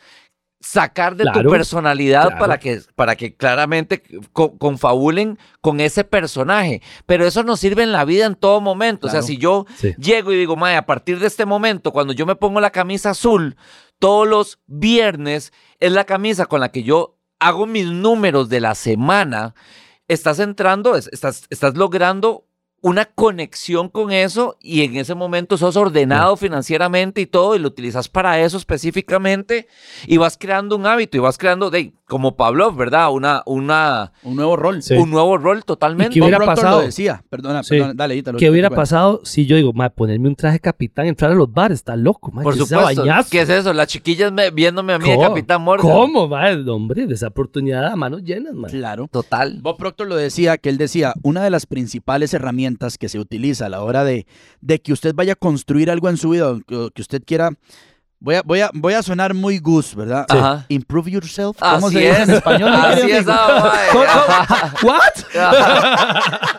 sacar de Claro, tu personalidad claro. para, que, para que claramente co- confabulen con ese personaje. Pero eso nos sirve en la vida en todo momento. O Claro. sea, si yo Sí. llego y digo, Mae, a partir de este momento, cuando yo me pongo la camisa azul, todos los viernes es la camisa con la que yo hago mis números de la semana, estás entrando, es- estás, estás logrando una conexión con eso y en ese momento sos ordenado financieramente y todo y lo utilizas para eso específicamente y vas creando un hábito y vas creando, de, como Pablo, ¿verdad? Una, una, Un nuevo rol. Sí. Un nuevo rol totalmente. ¿Qué hubiera Bob Proctor pasado? lo decía. Perdona, Sí. perdona, dale, Ítalo. ¿Qué hubiera Bueno. pasado si yo digo, "Ma, ponerme un traje de capitán, entrar a los bares? Está loco, ma, Por que sea supuesto. bañazo. ¿Qué es eso? Las chiquillas me- viéndome a mí ¿Cómo? de Capitán Morgan. ¿Cómo, ma? Hombre, de esa oportunidad a manos llenas, ma. Claro. Total. Bob Proctor lo decía, que él decía, una de las principales herramientas que se utiliza a la hora de, de que usted vaya a construir algo en su vida, o que o que usted quiera... Voy a, voy, a, voy a sonar muy goose, ¿verdad? Sí. Ajá. Improve yourself. ¿Cómo Así se dice es. en español? mi Así querido es. amigo? ah, ¿What? mae. Ajá.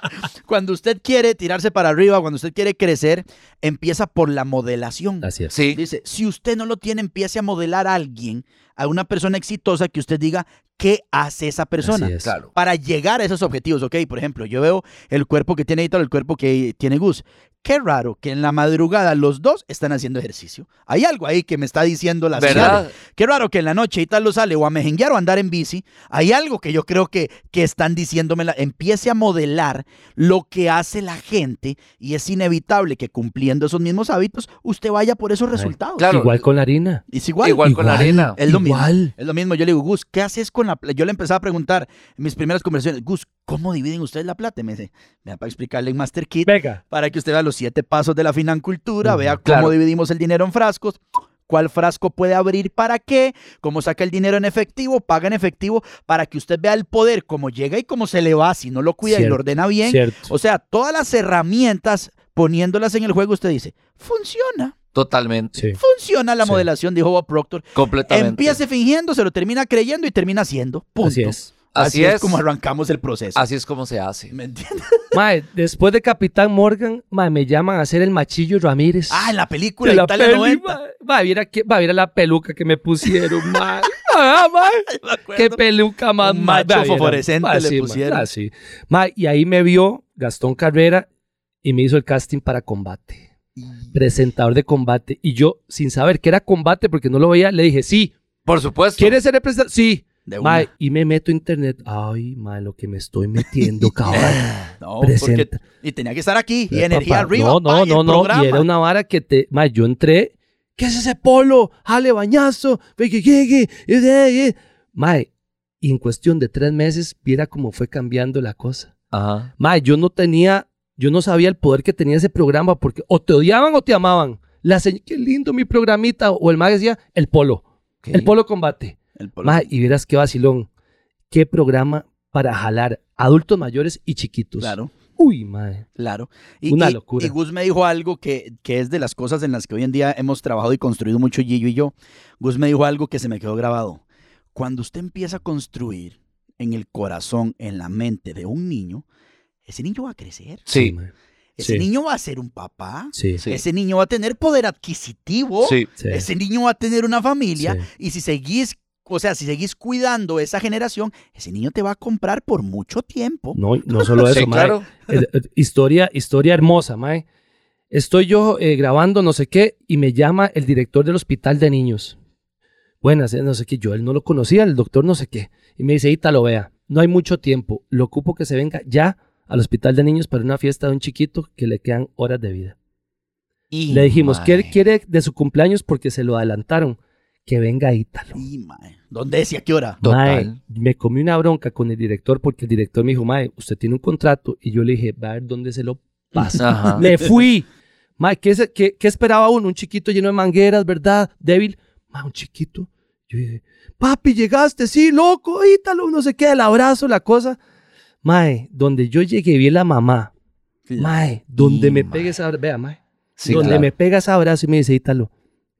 Cuando usted quiere tirarse para arriba, cuando usted quiere crecer, empieza por la modelación. Así es. Sí. Dice, si usted no lo tiene, empiece a modelar a alguien, a una persona exitosa que usted diga, qué hace esa persona Así es. Claro. para llegar a esos objetivos. Ok, por ejemplo, yo veo el cuerpo que tiene Ítalo, el cuerpo que tiene Gus. Qué raro que en la madrugada los dos están haciendo ejercicio. Hay algo ahí que me está diciendo la ¿Verdad? señal. Qué raro que en la noche Ítalo sale o a mejenguear o a andar en bici. Hay algo que yo creo que, que están diciéndome. la- Empiece a modelar lo que hace la gente y es inevitable que cumpliendo esos mismos hábitos usted vaya por esos resultados. Claro. Igual con la harina. Es igual. Igual con la arena. Es lo mismo. Igual. Es lo mismo. Yo le digo, Gus, ¿qué haces con la plata? Yo le empezaba a preguntar en mis primeras conversaciones, Gus, ¿cómo dividen ustedes la plata? Y me dice, me da para explicarle en Master Kit Venga. para que usted vea los siete pasos de la financultura, Ujú, vea cómo claro. dividimos el dinero en frascos, cuál frasco puede abrir para qué, cómo saca el dinero en efectivo, paga en efectivo, para que usted vea el poder, cómo llega y cómo se le va, si no lo cuida y lo Cierto, ordena bien. Cierto. O sea, todas las herramientas poniéndolas en el juego, usted dice, funciona, Totalmente. Sí. funciona la Sí. modelación, dijo Bob Proctor. Completamente. Empiece fingiendo, se lo termina creyendo y termina haciendo. Punto. Así es. Así, Así es. es. como arrancamos el proceso. Así es como se hace. ¿Me entiendes? Mae, después de Capitán Morgan, mae, me llaman a hacer el machillo Ramírez. Ah, en la película de la Italia peli, 90. mae. Mae, viera, que- mae, viera la peluca que me pusieron, mae. Ah, mae. Me acuerdo. Qué peluca más Un más- macho mae, viera. fosforescente Mae, le sí, mae, pusieron. ah, sí. Mae, y ahí me vio Gastón Carrera y me hizo el casting para combate. Presentador de combate. Y yo, sin saber que era combate, porque no lo veía, le dije, sí. Por supuesto. ¿Quieres ser el presentador? Sí. De una. Mae, y me meto a internet. Ay, mae, lo que me estoy metiendo, cabrón. No, presenta. porque- y tenía que estar aquí y Eh, energía papá, arriba. No, pa, no, y el no, no. programa. Y era una vara que te. Ma, yo entré. ¿Qué es ese polo? Ale bañazo. ve que llegue, y de- y- Ma, y en cuestión de tres meses, viera cómo fue cambiando la cosa. Ajá. Ma, yo no tenía. Yo no sabía el poder que tenía ese programa porque o te odiaban o te amaban. La se- Qué lindo mi programita. O el mag decía, el polo. El polo combate. El polo. Ma, y verás qué vacilón. Qué programa para jalar adultos mayores y chiquitos. Claro, Uy, mae. claro. Una locura. Y Gus me dijo algo que, que es de las cosas en las que hoy en día hemos trabajado y construido mucho Gillo y yo. Gus me dijo algo que se me quedó grabado. Cuando usted empieza a construir en el corazón, en la mente de un niño, ese niño va a crecer. Sí. mae. Ese Sí. niño va a ser un papá. Sí. Sí. Ese niño va a tener poder adquisitivo. Sí. sí. Ese niño va a tener una familia. Sí. Y si seguís, o sea, si seguís cuidando esa generación, ese niño te va a comprar por mucho tiempo. No, y no solo eso, Sí, mae. claro. Eh, eh, historia, historia hermosa, mae. Estoy yo eh, grabando no sé qué y me llama el director del hospital de niños. Buenas, eh, no sé qué. Yo él no lo conocía, el doctor no sé qué. Y me dice, Ítalo, vea, no hay mucho tiempo. Lo ocupo que se venga ya al hospital de niños para una fiesta de un chiquito que le quedan horas de vida. Y, Le dijimos, mae, ¿qué quiere de su cumpleaños? Porque se lo adelantaron. Que venga Ítalo. Y, mae, ¿Dónde es y a qué hora? Total. Mae, me comí una bronca con el director porque el director me dijo, Mae, usted tiene un contrato. Y yo le dije, va a ver dónde se lo pasa. Ajá. Me fui. Mae, ¿qué, se- qué- qué esperaba uno? Un chiquito lleno de mangueras, ¿verdad? Débil. Mae, un chiquito. Yo dije, papi, llegaste, sí, loco, ítalo, no sé qué, el abrazo, la cosa. Mae, donde yo llegué, vi la mamá. Mae, donde Y, me mae. pegue esa abra- vea, Mae. Sí, donde claro. me pega ese abrazo y me dice, ítalo,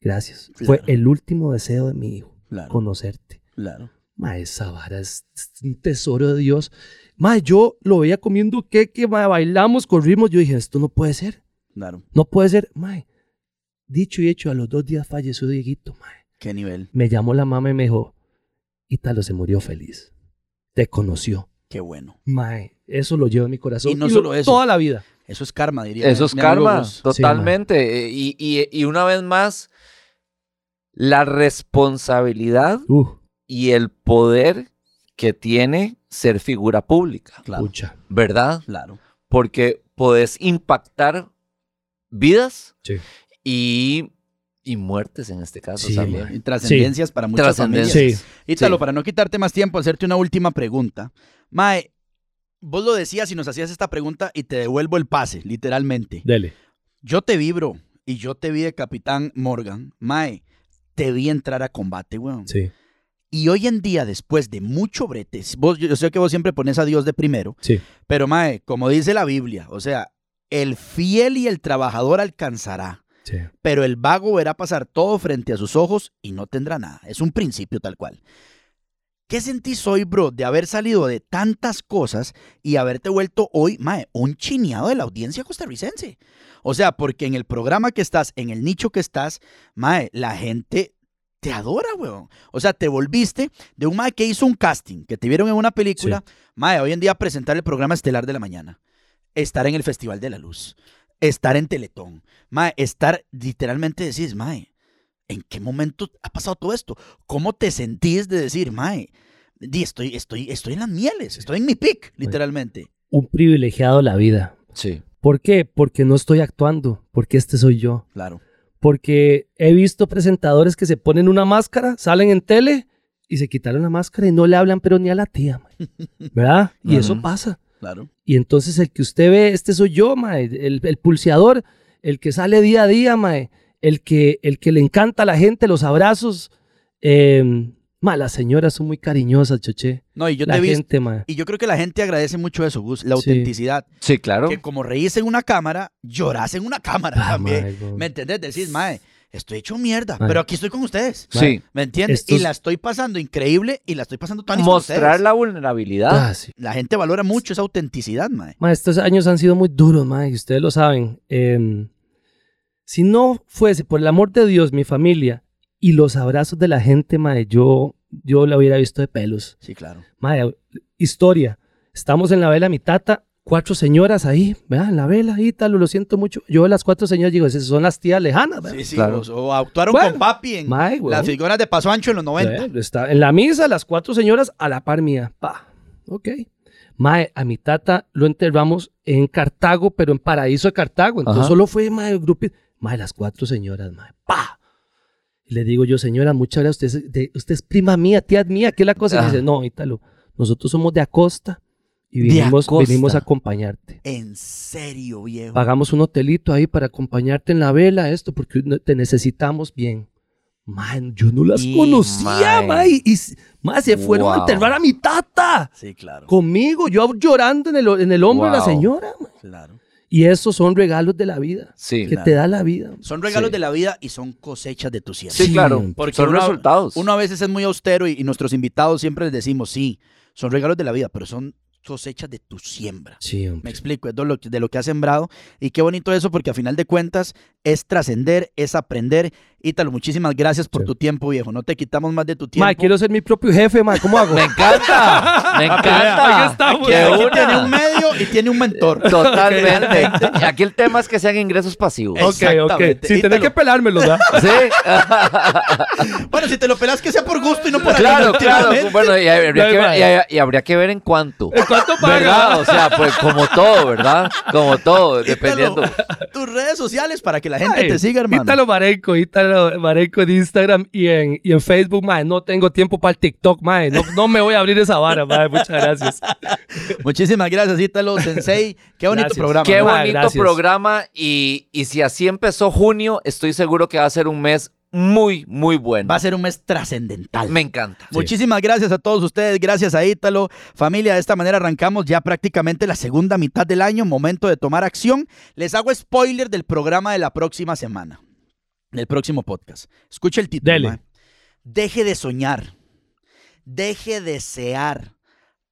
gracias. Claro. Fue el último deseo de mi hijo, Claro, conocerte. claro. Ma, esa vara es un tesoro de Dios. Ma, yo lo veía comiendo queque, ma, bailamos, corrimos. Yo dije, esto no puede ser, Claro. no puede ser. Ma, dicho y hecho, a los dos días falleció Dieguito, ma. Qué nivel. Me llamó la mamá y me dijo, Ítalo se murió feliz. Te conoció. Qué bueno. Ma, eso lo llevo en mi corazón. Y no lo- solo eso. Toda la vida. Eso es karma, diría. Eso es mi amigo karma, Gus. totalmente. y, y- y una vez más, la responsabilidad Uh, y el poder que tiene ser figura pública, Claro, pucha. ¿verdad? claro. Porque podés impactar vidas Sí. y, y muertes en este caso Sí, también. mae. Y trascendencias para muchas Trascendencias. familias. Sí, Ítalo, Sí. para no quitarte más tiempo, hacerte una última pregunta. Mae, vos lo decías y nos hacías esta pregunta y te devuelvo el pase, literalmente. dele. Yo te vi, bro, y yo te vi de Capitán Morgan. Mae, te vi entrar a combate, weón. Sí, Y hoy en día, después de mucho bretes, vos, yo yo sé que vos siempre pones a Dios de primero, sí. pero Mae, como dice la Biblia, o sea, el fiel y el trabajador alcanzará, sí. pero el vago verá pasar todo frente a sus ojos y no tendrá nada. Es un principio tal cual. ¿Qué sentís hoy, bro, de haber salido de tantas cosas y haberte vuelto hoy, mae, un chineado de la audiencia costarricense? O sea, porque en el programa que estás, en el nicho que estás, mae, la gente te adora, weón. O sea, te volviste de un mae que hizo un casting, que te vieron en una película, mae, hoy en día presentar el programa Estelar de la Mañana, estar en el Festival de la Luz, estar en Teletón, mae, estar literalmente decís, mae, ¿en qué momento ha pasado todo esto? ¿Cómo te sentís de decir, mae, di, estoy, estoy, estoy en las mieles, estoy en mi pick, literalmente? Un privilegiado de la vida. Sí. ¿Por qué? Porque no estoy actuando, porque este soy yo. Claro. Porque he visto presentadores que se ponen una máscara, salen en tele y se quitaron la máscara y no le hablan pero ni a la tía, mae. ¿verdad? Y eso Ujú. pasa. Claro. Y entonces el que usted ve, este soy yo, mae, el, el pulseador, el que sale día a día, mae, el que, el que le encanta a la gente, los abrazos. Eh, mae, las señoras son muy cariñosas, choche. No, y yo la te vi. gente, mae. Y yo creo que la gente agradece mucho eso, Gus, la Sí. autenticidad. Sí, claro. Que como reís en una cámara, llorás en una cámara Ah, también. mae, weón. ¿Me entendés? Decís, mae, estoy hecho mierda, Mae. pero aquí estoy con ustedes. Sí. ¿Me entiendes? Y Estos- la estoy pasando increíble y la estoy pasando tan Mostrar la... la vulnerabilidad. Ah, sí. la gente valora mucho esa autenticidad, mae. Ma, estos años han sido muy duros, ma, y ustedes lo saben. Em, si no fuese por el amor de Dios, mi familia y los abrazos de la gente, ma, yo, yo la hubiera visto de pelos. Sí, claro. Ma, historia. Estamos en la vela, mi tata, cuatro señoras ahí, ¿verdad? En la vela, ahí, tal, lo siento mucho. Yo las cuatro señoras digo, esas son las tías lejanas, ¿verdad? Sí, sí, Claro. o- o actuaron Bueno, con papi en mae, weón. las figuras de Paso Ancho en los 90. Bueno, está en la misa, las cuatro señoras a la par mía. Pa. Ok. Mae, a mi tata lo enterramos en Cartago, pero en paraíso de Cartago. Entonces Ajá. solo fue, mae, el grupo. Mae, las cuatro señoras, mae. Pa. Y le digo yo, señora, muchas gracias. Usted es, de- usted es prima mía, tía mía, ¿qué es la cosa? Y Ah. me dice, no, Ítalo, nosotros somos de Acosta y De vinimos, Acosta. vinimos a acompañarte. En serio, viejo. Pagamos un hotelito ahí para acompañarte en la vela, esto, porque no- te necesitamos bien. Man, yo no las Y, conocía, mae. mae. Y, s- mae, se fueron a Wow. enterrar a mi tata. Sí, claro, Conmigo, yo llorando en el, o- en el hombro de la Wow. señora. mae. claro. Y esos son regalos de la vida. Sí. Que Claro. te da la vida. Son regalos Sí. de la vida y son cosechas de tu siervo. Sí, Sí, claro. porque Son uno- resultados. Uno a veces es muy austero y, y nuestros invitados siempre les decimos, sí, son regalos de la vida, pero son cosechas de tu siembra. Sí, Me hombre. explico, es de lo, que- de lo que has sembrado. Y qué bonito eso, porque a final de cuentas es trascender, es aprender. Ítalo, muchísimas gracias por Sí. tu tiempo, viejo. No te quitamos más de tu tiempo. Mae, quiero ser mi propio jefe, mae. ¿Cómo hago? Me encanta. Me encanta. Aquí estamos. Que Aquí una. tiene un medio y tiene un mentor. Totalmente. Aquí el tema es que sean ingresos pasivos. Eh. Exactamente. Sin tener Ítalo. que pelármelo, ¿verdad? Sí. eh, Bueno, si te lo pelas, que sea por gusto y no por pues, Claro, ayuno, claro. claramente. Bueno, y habría, No, que ver, mae. y habría- y habría que ver en cuánto. ¿Cuánto ¿Verdad? O sea, pues como todo, ¿verdad? Como todo, Ítalo, dependiendo. Tus redes sociales para que la gente Ay, te siga, hermano. Ítalo Marenco, Ítalo Marenco en Instagram y en, y en Facebook, mae. No tengo tiempo para el TikTok, mae. No, no me voy a abrir esa vara, mae. Muchas gracias. Muchísimas gracias, Ítalo, Sensei. Qué bonito Gracias. programa. Qué ¿no? Mae, bonito gracias. programa. Y, y si así empezó junio, estoy seguro que va a ser un mes muy, muy bueno. Va a ser un mes trascendental. Me encanta. Muchísimas gracias a todos ustedes, gracias a Ítalo. Familia, de esta manera arrancamos ya prácticamente la segunda mitad del año, momento de tomar acción. Les hago spoiler del programa de la próxima semana, del próximo podcast. Escucha el título. Dele. mae. Deje de soñar, deje de desear,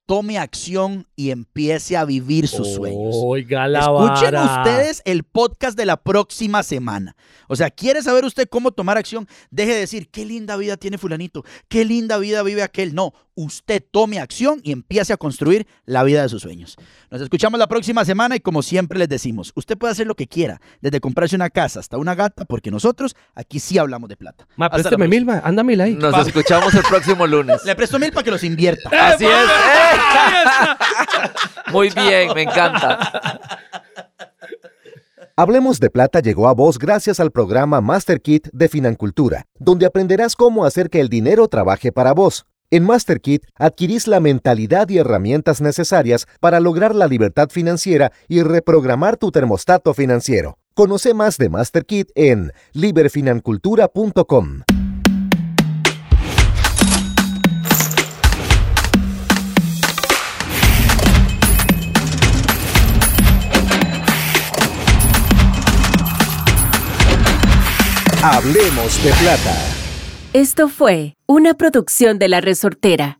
tome acción y empiece a vivir sus sueños. Oiga la Escuchen vara. ustedes el podcast de la próxima semana. O sea, ¿quiere saber usted cómo tomar acción? Deje de decir, qué linda vida tiene fulanito, qué linda vida vive aquel. No, usted tome acción y empiece a construir la vida de sus sueños. Nos escuchamos la próxima semana y como siempre les decimos, usted puede hacer lo que quiera, desde comprarse una casa hasta una gata, porque nosotros aquí sí hablamos de plata. Hasta Mae, la préstame próxima. mil, mae. Ándame ahí. Nos escuchamos el próximo lunes. Le presto mil para que los invierta. Así es. ¡Eh! Muy bien, me encanta. Hablemos de Plata llegó a vos gracias al programa Master Kit de Financultura, donde aprenderás cómo hacer que el dinero trabaje para vos. En Master Kit adquirís la mentalidad y herramientas necesarias para lograr la libertad financiera y reprogramar tu termostato financiero. Conoce más de Master Kit en liberfinancultura.com. Hablemos de Plata. Esto fue una producción de La Resortera.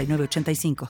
985